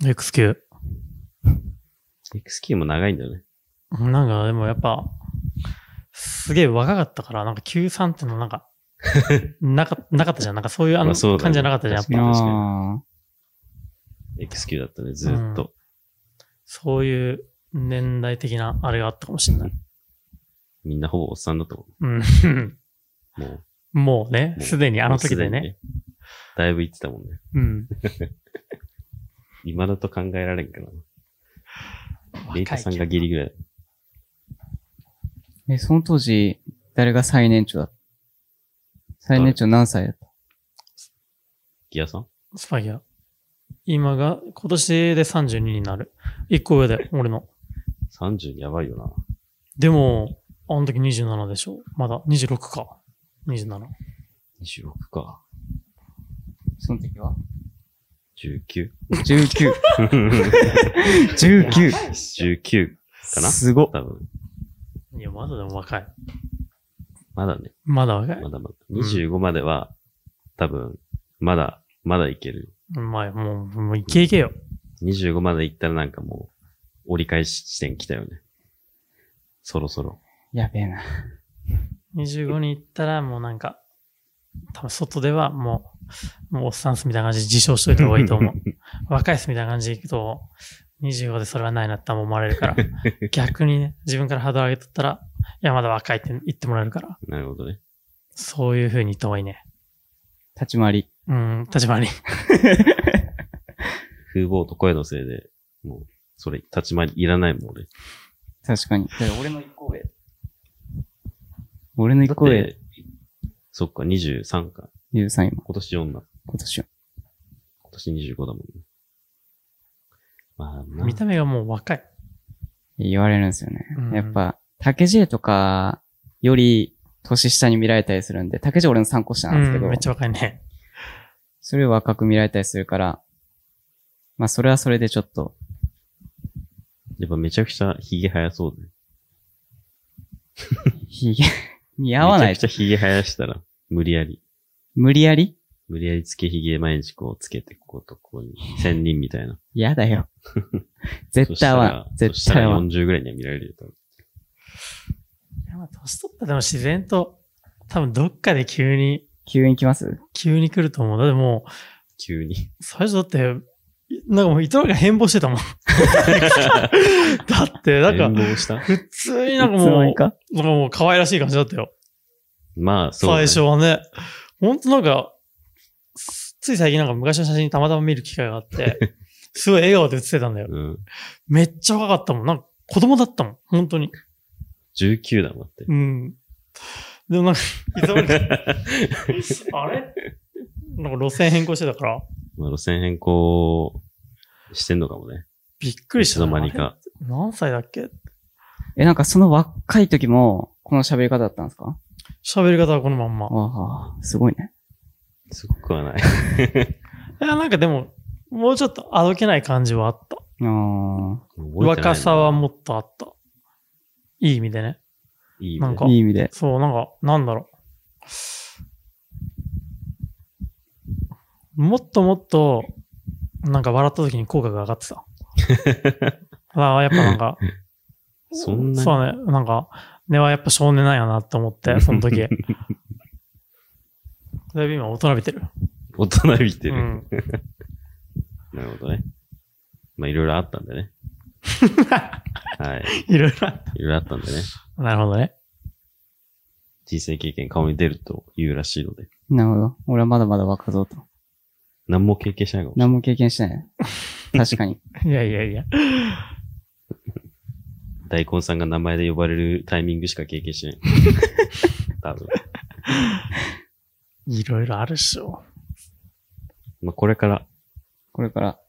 Speaker 3: え。XQ。
Speaker 1: XQ も長いんだよね。
Speaker 3: なんかでもやっぱ、すげえ若かったから、なんか93ってのな んか、なかなかったじゃん。なんかそういうあ
Speaker 1: ま
Speaker 3: の
Speaker 1: あそうだね
Speaker 3: 感じじゃなかったじゃん。やっ
Speaker 1: 確かに
Speaker 3: ぱ
Speaker 1: 確かに
Speaker 2: ああ。
Speaker 1: XQ だったね、ずーっと。
Speaker 3: そういう年代的なあれがあったかもしれない。
Speaker 1: みんなほぼおっさんだと思
Speaker 3: うん。
Speaker 1: う。もう。
Speaker 3: もうね、
Speaker 1: もう
Speaker 3: すでにあ
Speaker 1: も
Speaker 3: の
Speaker 1: うす
Speaker 3: 時
Speaker 1: で
Speaker 3: で
Speaker 1: に
Speaker 3: ね。。
Speaker 1: だいぶ言ってたもんね。
Speaker 3: うん。
Speaker 1: 今だと考えられんかな。レイタさん
Speaker 3: 若
Speaker 1: が
Speaker 3: い
Speaker 1: ギリぐらい。
Speaker 2: え、その当時、誰が最年長だった最年長何歳だった
Speaker 1: ギアさん
Speaker 3: スパイア。今が、今年で32になる。一個上で、俺の。
Speaker 1: ?30 やばいよな。
Speaker 3: でも、あの時27でしょまだ26か。27。
Speaker 1: 26か。
Speaker 2: その時は
Speaker 1: 19?
Speaker 2: ?19。19。
Speaker 1: 19かな
Speaker 2: すごっ。
Speaker 1: 多分。
Speaker 3: いや、まだでも若い。
Speaker 1: まだね。
Speaker 3: まだ若い
Speaker 1: ま。だまだ。
Speaker 3: ん
Speaker 1: 25までは、多分、まだ、まだいける。
Speaker 3: うんまあ、もう、もういけいけよ。
Speaker 1: 25まで行ったらなんかもう、折り返し地点来たよね。そろそろ。
Speaker 2: やべえな。
Speaker 3: 25に行ったら、もうなん か、多分外ではもう、もうおっさんっすみたいな感じで自称しといた方がいいと思う。若いっすみたいな感じでいくと、25でそれはないなって思われる から、逆にね、自分からハードル上げとったら、いや、まだ若いって言ってもらえるから、
Speaker 1: なるほどね。
Speaker 3: そういう風に言った方がいいね。
Speaker 2: 立ち回り。
Speaker 3: うん、立場に。
Speaker 1: 風貌と声のせいで、もう、それ、立ち回りいらないもんね。
Speaker 2: 確かに。だから俺の一個上。俺の一個上、
Speaker 1: で、そっか、23か。
Speaker 2: ゆうさん今、
Speaker 1: 今年4だ。
Speaker 2: 今年は。
Speaker 1: 今年25だもんね。まあな、
Speaker 3: 見た目がもう若い。
Speaker 2: 言われるんですよね。
Speaker 3: うん
Speaker 2: やっぱ、竹尻とか、より、年下に見られたりするんで、竹尻俺の3個下なんですけ
Speaker 3: う
Speaker 2: ど、
Speaker 3: ん、めっちゃ若いね。
Speaker 2: それを若く見られたりするから、まあそれはそれでちょっと、
Speaker 1: やっぱめちゃくちゃ髭生やそうで。
Speaker 2: ひげ、 似合わない
Speaker 1: め。ちゃくちゃ髭生やしたら、無理やり。
Speaker 2: 無理やり
Speaker 1: 無理やりつけ髭毎日こうつけて、こことここに、千人みたいな。
Speaker 2: や だよ。絶対合わん。
Speaker 1: そし
Speaker 2: 絶
Speaker 1: た
Speaker 2: 対合
Speaker 1: ら
Speaker 2: わん。
Speaker 1: 40ぐらいには見られるよ、多分
Speaker 3: いやまあ年取ったらでも自然と、多分どっかで急に、
Speaker 2: 急に来ます
Speaker 3: 急に来ると思う。だっても
Speaker 1: 急に。
Speaker 3: う、最初だって、いなんかもう、イトラが変貌してた もん。だって、なん
Speaker 1: 変
Speaker 3: か、
Speaker 1: 貌した
Speaker 3: 普通になんか
Speaker 2: いつの
Speaker 3: も
Speaker 2: 間
Speaker 3: う
Speaker 2: に、か
Speaker 3: なんかもう可愛らしい感じだったよ。
Speaker 1: まあ、そうだね、
Speaker 3: 最初はね。ほんとなんか、すつい最近なんか昔の写真たまたま見る機会が あって、すごい笑顔で写ってたんだよ。
Speaker 1: うん。
Speaker 3: めっちゃ若かったもん。なんか子供だったもん。本当に。
Speaker 1: 19だもんだって。
Speaker 3: うん。でもなんか、 いつの間にか あれなんか路線変更してたから、
Speaker 1: まあ、路線変更してんのかもね。
Speaker 3: びっくりした。
Speaker 1: いつの間にか。
Speaker 3: あれ。何歳だっけ
Speaker 2: え、なんかその若い時も、この喋り方だったんですか
Speaker 3: 喋り方はこのまんま。
Speaker 2: ああ、すごいね。
Speaker 1: すごくはない。
Speaker 3: いや、なんかでも、もうちょっとあどけない感じはあった。
Speaker 2: あ
Speaker 3: 若さは
Speaker 1: も
Speaker 3: もっとあった。いい意味でね。
Speaker 1: う、いいね
Speaker 3: なんか
Speaker 2: あ、いい意味で。
Speaker 3: そう、なんか、なんだろう。もっともっと、なんか笑った時に口角が上がって た。ああ、やっぱなんか、
Speaker 1: そんなに
Speaker 3: そうね、なんか、根はやっぱ少年なんやなって思って、その 時。だいぶ今大人びてる。
Speaker 1: 大人びて
Speaker 3: う
Speaker 1: る。
Speaker 3: ん。
Speaker 1: なるほどね。まあ、いろいろあったんで ね。はい。
Speaker 3: いろいろあっ
Speaker 1: いろいろあったんでね。
Speaker 3: た。なるほどね。
Speaker 1: 人生経験顔に出ると言うらしいので。
Speaker 2: なるほど。俺はまだまだ若造と。
Speaker 1: 何も経験しないかもしれない。
Speaker 2: 何も経験してない。 確かに。
Speaker 3: いやいやいや。
Speaker 1: 大根さんが名前で呼ばれるタイミングしか経験し ない。多分。
Speaker 3: いろいろあるっしょ。
Speaker 1: まあ、これから、
Speaker 2: これから。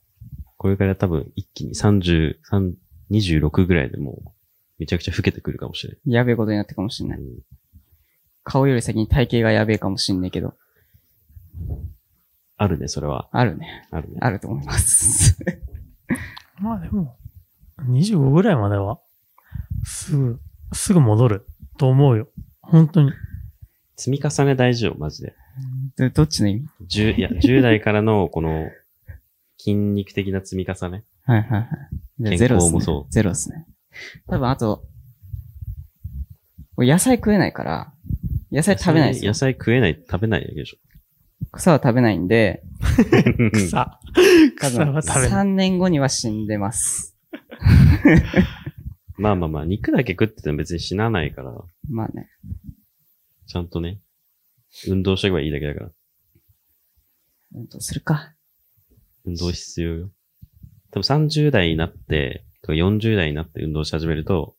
Speaker 1: これから多分一気に30、3 26ぐらいでもう、めちゃくちゃ老けてくるかもしれ
Speaker 2: やべえことになってるかもしんな
Speaker 1: ないい。。うん
Speaker 2: 顔より先に体型がやべえかもしんないけど。
Speaker 1: あるね、それは。
Speaker 2: あるね。
Speaker 1: あるね。
Speaker 2: あると思 います。
Speaker 3: まあでも、25ぐらいまでは、すぐ、すぐ戻ると思うよ。本当に。
Speaker 1: 積み重ね大事よ、マジで。
Speaker 2: どどっちの意味
Speaker 1: 10、いや、10代からの、この、筋肉的な積み重ね。
Speaker 2: はいはいはいじゃあ。
Speaker 1: 健
Speaker 2: ゼロっ
Speaker 1: 康
Speaker 2: す
Speaker 1: も
Speaker 2: ね
Speaker 1: そ。
Speaker 2: ゼロっすね。多分あと、俺野菜食えないから、野菜食べないんですよ
Speaker 1: 野。菜食えない、食べないだけでしょ。
Speaker 2: 草は食べないんで、
Speaker 3: 草。
Speaker 2: 多
Speaker 3: 草
Speaker 2: 分
Speaker 3: は食べない。
Speaker 2: 3年後には死んでます。
Speaker 1: まあまあまあ、肉だけ食ってても別に死なないから、
Speaker 2: まあね。
Speaker 1: ちゃんとね、運動してけばいいだけだから。
Speaker 2: うんとするか。
Speaker 1: 運動必要よ。多分30代になって、とか40代になって運動し始めると、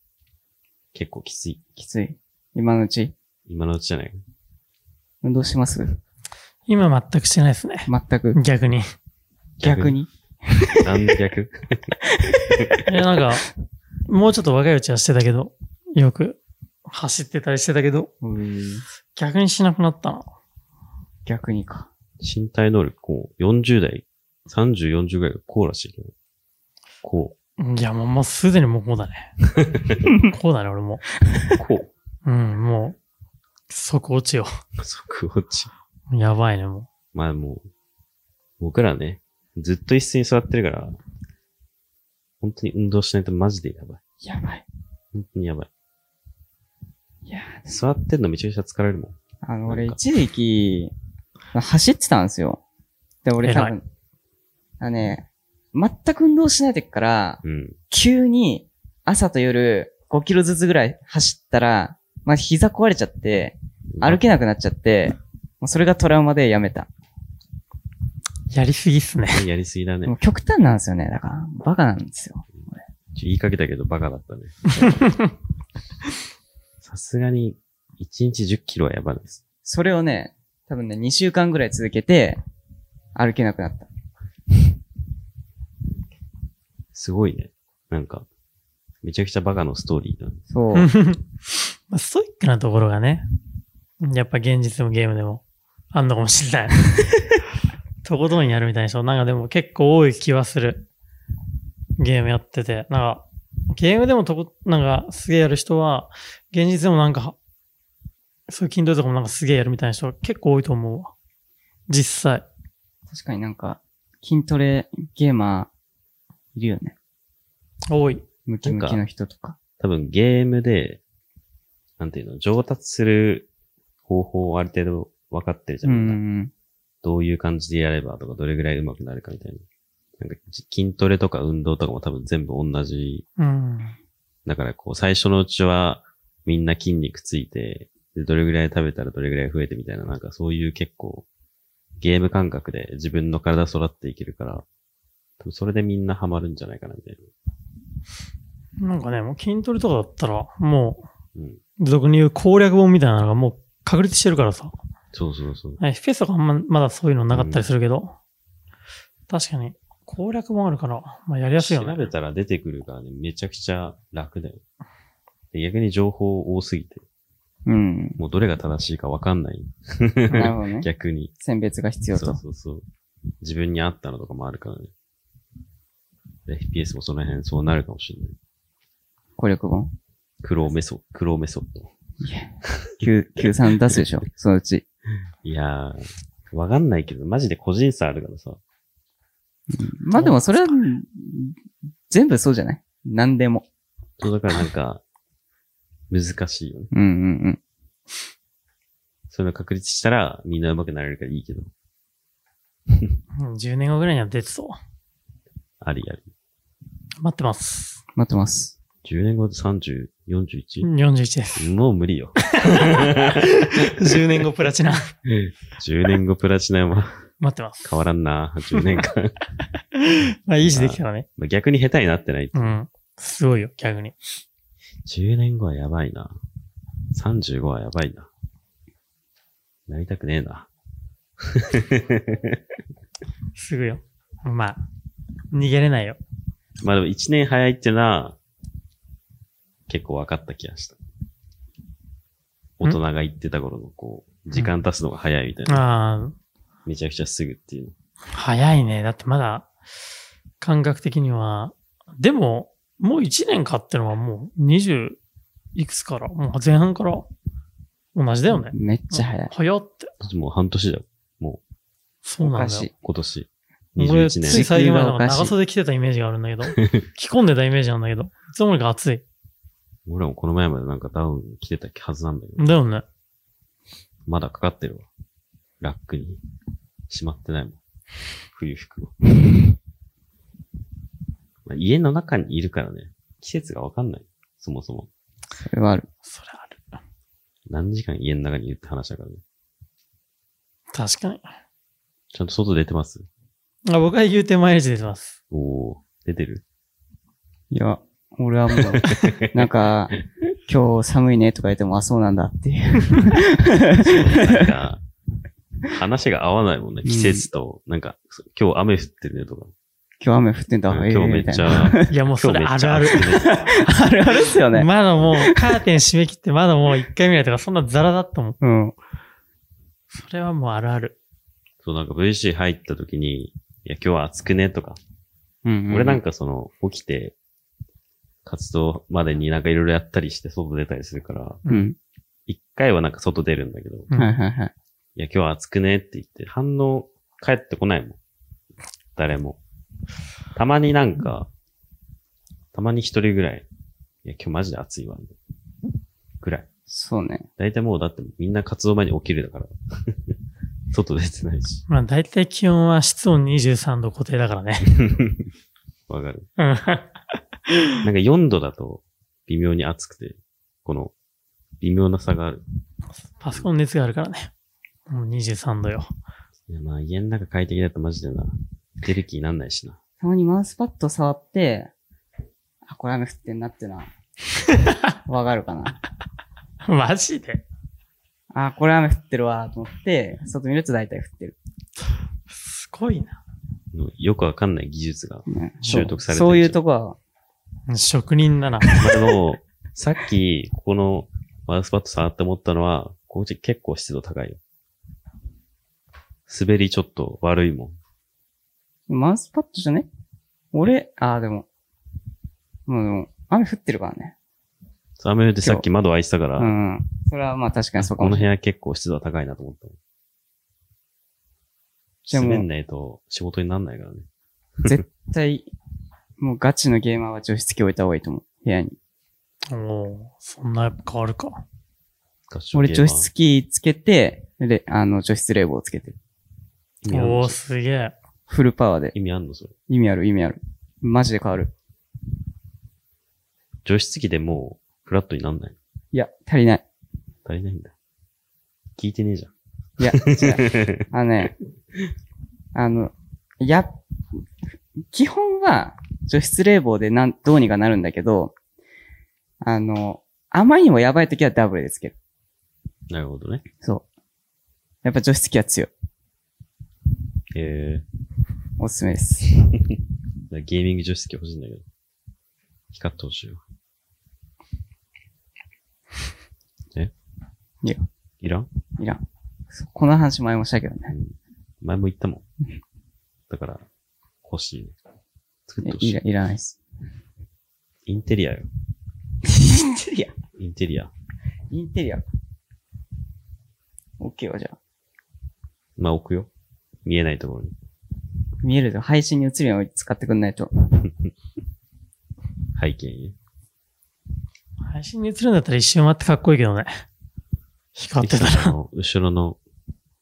Speaker 1: 結構きつい。
Speaker 2: きつい。今のうち、
Speaker 1: 今のうちじゃないか。
Speaker 2: 運動します
Speaker 3: 今全くしてないですね。
Speaker 2: 全く。
Speaker 3: 逆に。い
Speaker 2: 逆。に。
Speaker 1: 何 逆
Speaker 3: や、なんか、もうちょっと若いうちはしてたけど、よく走ってたりしてたけど、
Speaker 2: うーん
Speaker 3: 逆にしなくなったな。
Speaker 2: 逆にか。
Speaker 1: 身体能力、こう、40代、30、40ぐらいがこうらしいけど。こ
Speaker 3: いや、もう、もうすでにもうこう だね。こうだね、俺も。
Speaker 1: う、こ
Speaker 3: うん、もう、即落ちよ。
Speaker 1: う、即落ち。
Speaker 3: やばいね、も
Speaker 1: まあもう、僕らね、ずっと椅子に座ってるから、本当に運動しないとマジでやばい。
Speaker 2: やばい。
Speaker 1: 本当にやばい。
Speaker 2: いやー
Speaker 1: 座ってんのめちゃくちゃ疲れるもん。
Speaker 2: あの、
Speaker 1: なんか
Speaker 2: 俺一時期、走ってたんですよ。で、俺多
Speaker 3: 偉
Speaker 2: 分、あのね、全く運動しない時から、
Speaker 1: うん。
Speaker 2: 急に朝と夜5キロずつぐらい走ったら、まあ、膝壊れちゃって、歩けなくなっちゃって、もうそれがトラウマでやめた。
Speaker 3: やりすぎっすね。
Speaker 1: やりすぎだ
Speaker 2: も
Speaker 1: ね。
Speaker 2: う極端なんですよね。だから、バカなんですよ。
Speaker 1: ちょ言いかけたけどバカだったね。 さすがに、1日10キロはやばいです。
Speaker 2: それをね、多分ね、2週間ぐらい続けて、歩けなくなった。
Speaker 1: すごいね。なんか、めちゃくちゃバカのストーリーだ、ね。
Speaker 2: そう。
Speaker 3: まあストイックなところがね、やっぱ現実でもゲームでもあんのかもし れない。とことんやるみたいな人、なんかでも結構多い気はする。ゲームやってて。なんか、ゲームでもとこ、なんかすげえやる人は、現実でもなんか、そういう筋トレとかもなんかすげえやるみたいな人結構多いと思うわ。実際。
Speaker 2: 確かになんか、筋トレゲーマー、いるよね。
Speaker 3: 多い。
Speaker 2: ムキムキの人とか。
Speaker 1: 多分ゲームで、なんていうの、上達する方法をある程度分かってるじ
Speaker 2: う
Speaker 1: ゃ。
Speaker 2: んうんん。
Speaker 1: どういう感じでやればとか、どれぐらい上手くなるかみたいな。なんかじ筋トレとか運動とかも多分全部同じ。
Speaker 3: うん。
Speaker 1: だからこう、最初のうちはみんな筋肉ついて、でどれぐらい食べたらどれぐらい増えてみたいな、なんかそういう結構、ゲーム感覚で自分の体育っていけるから、多分それでみんなハマるんじゃないかなみたい
Speaker 3: なんかね、もう筋トレとかだったら、も
Speaker 1: な。うん。
Speaker 3: う、俗に言う攻略本みたいなのがもう確立してるからさ。
Speaker 1: そうそうそう。
Speaker 3: はい、FPS とかあんま、まだそういうのなかったりするけど、確かに攻略もあるから、まあやりやすいよ
Speaker 1: 調べ
Speaker 3: ね。
Speaker 1: たら出てくるからね、めちゃくちゃ楽だよ。で逆に情報多すぎて、
Speaker 2: うん。
Speaker 1: もうどれが正しいかわかんない。。
Speaker 2: なるほど ね
Speaker 1: 逆に。
Speaker 2: 選別が必要
Speaker 1: そう
Speaker 2: と。
Speaker 1: そうそう。自分に合ったのとかもあるからね。で FPS もその辺そうなるかもしれない。
Speaker 2: 攻略本。
Speaker 1: 苦労メソ、苦労メソッド。
Speaker 2: 9、93出すでしょ。 そのうち。
Speaker 1: いやー、わかんないけど、マジで個人差あるからさ。
Speaker 2: まあでもそれは、全部そうじゃない何でも。
Speaker 1: そうだからなん か、難しいよね。
Speaker 2: うんうんうん。
Speaker 1: そういうの確立したら、みんな上手くなれるからいいけど、
Speaker 3: うん10年後ぐらいには出てそう。
Speaker 1: ありあり。
Speaker 3: 待ってます。
Speaker 2: 待ってます。
Speaker 1: 10年後で30、41?
Speaker 3: 41です。
Speaker 1: もう無理よ。
Speaker 3: 10年後プラチナ。
Speaker 1: 10年後プラチナは
Speaker 3: 待ってます。
Speaker 1: 変わらんな、10年間。
Speaker 3: まあ維持できたらね。
Speaker 1: まあ逆に下手になってない。
Speaker 3: うん。すごいよ、逆に。
Speaker 1: 10年後はやばいな。35はやばいな。なりたくねえな。
Speaker 3: すぐよ。まあ、逃げれないよ。
Speaker 1: まあでも1年早いってのは、結構分かった気がした。大人が言ってた頃のこう、時間経つのが早いみたいな。
Speaker 3: ああ、
Speaker 1: めちゃくちゃすぐっていうの。
Speaker 3: 早いね。だってまだ、感覚的には。でも、もう1年かってのはもう20いくつから、もう前半から同じだよね。
Speaker 2: めっちゃ早い。
Speaker 3: 早って。
Speaker 1: もう半年だよ。
Speaker 3: そう
Speaker 2: お
Speaker 3: なん
Speaker 2: か
Speaker 3: だ
Speaker 2: し
Speaker 3: よ。
Speaker 2: い。
Speaker 1: 今年。
Speaker 3: 俺、
Speaker 1: 21
Speaker 3: つ
Speaker 1: 年
Speaker 3: い。最近までなん
Speaker 2: 地球がお
Speaker 3: か
Speaker 2: かしい
Speaker 3: 長袖着てたイメージがあるんだ けど、着込んでたイメージなんだけど、いつの間にか暑い。
Speaker 1: 俺もこの前までなんかダウン着てたはずなんだけど。
Speaker 3: だよね。
Speaker 1: まだかかってるわ。ラックに。しまってないもん。冬服を。まあ家の中にいるからね。季節がわかんない。そもそも。
Speaker 2: それはある。
Speaker 3: それある。
Speaker 1: 何時間家の中にいるって話だからね。
Speaker 3: 確かに。
Speaker 1: ちゃんと外出てます
Speaker 3: あ僕は言うて毎日出てます。
Speaker 1: おおー出てる
Speaker 2: いや、俺 はもう、なんか、今日寒いねとか言っても、あ、そうなんだって いう。
Speaker 1: なんか、話が合わないもんね。季節と、なんか、そう今日雨降ってるねとか。
Speaker 2: 今日雨降ってんだ。
Speaker 1: うん
Speaker 2: ええ
Speaker 1: 今日め
Speaker 2: みた
Speaker 1: っ
Speaker 2: い
Speaker 1: ち
Speaker 2: な。
Speaker 1: ゃ、
Speaker 3: いや、も
Speaker 1: 今
Speaker 3: うそ
Speaker 1: 日
Speaker 3: れ
Speaker 1: め
Speaker 3: あ
Speaker 1: っち
Speaker 3: る
Speaker 1: ゃ
Speaker 3: ある
Speaker 1: 暑。いね。
Speaker 2: あるあるっすよね。
Speaker 3: まだもうカーテン閉め切ってまだもう一回見ないとか、そんなザラだったもん。
Speaker 2: うん。
Speaker 3: それはもうあるある。
Speaker 1: そう、なんか VC 入った時に、いや、今日は暑くねとか。
Speaker 2: うん、
Speaker 1: 俺なん
Speaker 2: か、
Speaker 1: かその、起きて、活動までになんかいろいろやったりして外出たりするから、
Speaker 2: うん。
Speaker 1: 一回はなんか外出るんだけど、い
Speaker 3: うん
Speaker 2: はいはいはい。
Speaker 1: や今日は暑くねって言って、反応返ってこないもん。誰も。たまになんか、たまに一人ぐらい、いや今日マジで暑いわ、ぐらい。
Speaker 2: そうね。
Speaker 1: だいたいもうだってみんな活動前に起きるだから。 外出てないし。
Speaker 3: まあ、大体気温は室温23度固定だからね。
Speaker 1: わかる。
Speaker 3: うん
Speaker 1: なんか4度だと微妙に暑くて、この微妙な差がある。
Speaker 3: パソコン熱があるからね。もう23度よ。
Speaker 1: いやまあ家の中快適だとマジでな。出る気になんないしな。
Speaker 2: たまにマウスパッド触って、あ、これ雨降ってんなっ てな。わかるかな。
Speaker 3: マジで
Speaker 2: あ、これ雨降ってるわ、と思って、外見ると大体降ってる。
Speaker 3: すごいな。
Speaker 1: もうよくわかんない技術が。
Speaker 2: ね
Speaker 1: 習得されてる
Speaker 2: そうそういうとこは、
Speaker 3: 職人だな。
Speaker 1: まあで も、さっき、ここのマウスパッド触って思ったのは、こっち結構湿度高いよ。滑りちょっと悪いもん。
Speaker 2: マウスパッドじゃね俺、あ、でも、もうでも、雨降ってるからね。
Speaker 1: 雨でさっき窓開いてたから、
Speaker 2: うん。それはまあ確かにそうか
Speaker 1: こ
Speaker 2: も
Speaker 1: の
Speaker 2: し
Speaker 1: 部
Speaker 2: れない。
Speaker 1: 屋結構湿度高いなと思ったもん。
Speaker 2: じゃあもう
Speaker 1: 滑んないと仕事になんないからね。
Speaker 2: 絶対、もうガチのゲーマーは除湿器置いた方がいいと思う。部屋に。
Speaker 3: おおそんなやっぱ変わるか。
Speaker 1: 合唱
Speaker 2: 俺
Speaker 1: ゲーマ
Speaker 2: 除
Speaker 1: ー
Speaker 2: 湿器つけて、で、あの、除湿冷房つけてる。
Speaker 1: 意味あん
Speaker 3: お
Speaker 1: の
Speaker 3: おすげえ。
Speaker 2: フルパワーで。
Speaker 1: 意味あんのそれ。
Speaker 2: 意味ある、意味ある。マジで変わる。
Speaker 1: 除湿器でもう、フラットになんない。
Speaker 2: いや、足りない。
Speaker 1: 足りないんだ。聞いてねえじゃん。
Speaker 2: いや、違う。あのね、あの、や、基本は除湿冷房でなん、どうにかなるんだけど、あの、あまりにもやばい時はダブルでつける。
Speaker 1: なるほどね。
Speaker 2: そう。やっぱ除湿器は強い。
Speaker 1: え
Speaker 2: おすすめです。
Speaker 1: ー、ゲーミング除湿器欲しいんだけど。光ってほしいよ。 え
Speaker 2: いや。
Speaker 1: いらん
Speaker 2: いらん。そうこの話前もしたけどね。
Speaker 1: 前も言ったもん。だから、欲しいね。作ってほ
Speaker 2: い
Speaker 1: し
Speaker 2: い
Speaker 1: い
Speaker 2: ら。いらないです。
Speaker 1: インテリアよ。
Speaker 2: インテリア
Speaker 1: インテリア。
Speaker 2: インテリアか。OK はじゃあ。
Speaker 1: まあ、置くよ。見えないところに。
Speaker 2: 見えると配信に映るように使ってくんないと。
Speaker 1: 背景にね。
Speaker 3: 配信に映るんだったら一瞬待ってかっこいいけどね。光 ってた
Speaker 1: あの後ろの、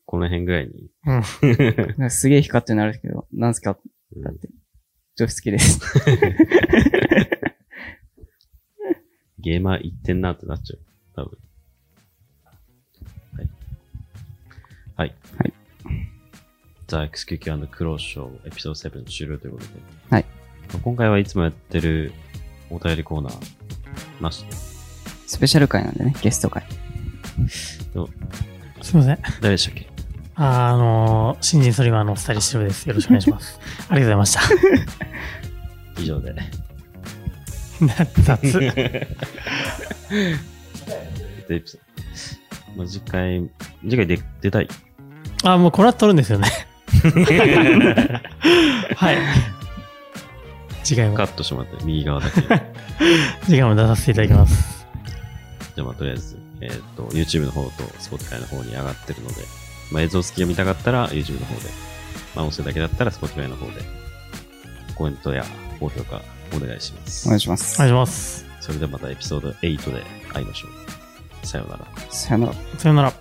Speaker 1: この辺ぐらいに。
Speaker 3: ら。うん。
Speaker 2: なんかすげえ光ってなるけど、なんすか
Speaker 1: うん
Speaker 2: だって、除湿器です。
Speaker 1: ゲーマー行ってんなってなっちゃう。多分。はい。はい。
Speaker 2: はい。
Speaker 1: The XQQ クローショーエピソード7終了ということで。
Speaker 2: はい。
Speaker 1: 今回はいつもやってるお便りコーナーなしで。
Speaker 2: スペシャル回なんでね、ゲスト回。
Speaker 3: すいません。
Speaker 1: 誰でしたっけ
Speaker 3: あー、あのー、新人ソリマンのお二人しろです。よろしくお願いし ます。ありがとうございました。
Speaker 1: 以上 で。
Speaker 3: 雑。
Speaker 1: エピソード。まあ、次回、次回で出たい。
Speaker 3: あ、もうこれは撮るんですよ ね。はい。次回も
Speaker 1: カ、ットしてもらって、右側だけ。じゃ
Speaker 3: 次回も出させていただきます。
Speaker 1: あまあ、とりあえず、えっ、と、YouTube の方と Spotify の方に上がってるので、まあ、映像付きが見たかったら YouTube の方で、まあ、音声だけだったら Spotify の方で、コメントや高評価お願いします。
Speaker 2: お願いします。
Speaker 3: お願いします。
Speaker 1: それではまたエピソード8で会いましょう。さようなら。
Speaker 2: さよなら。
Speaker 3: さよなら。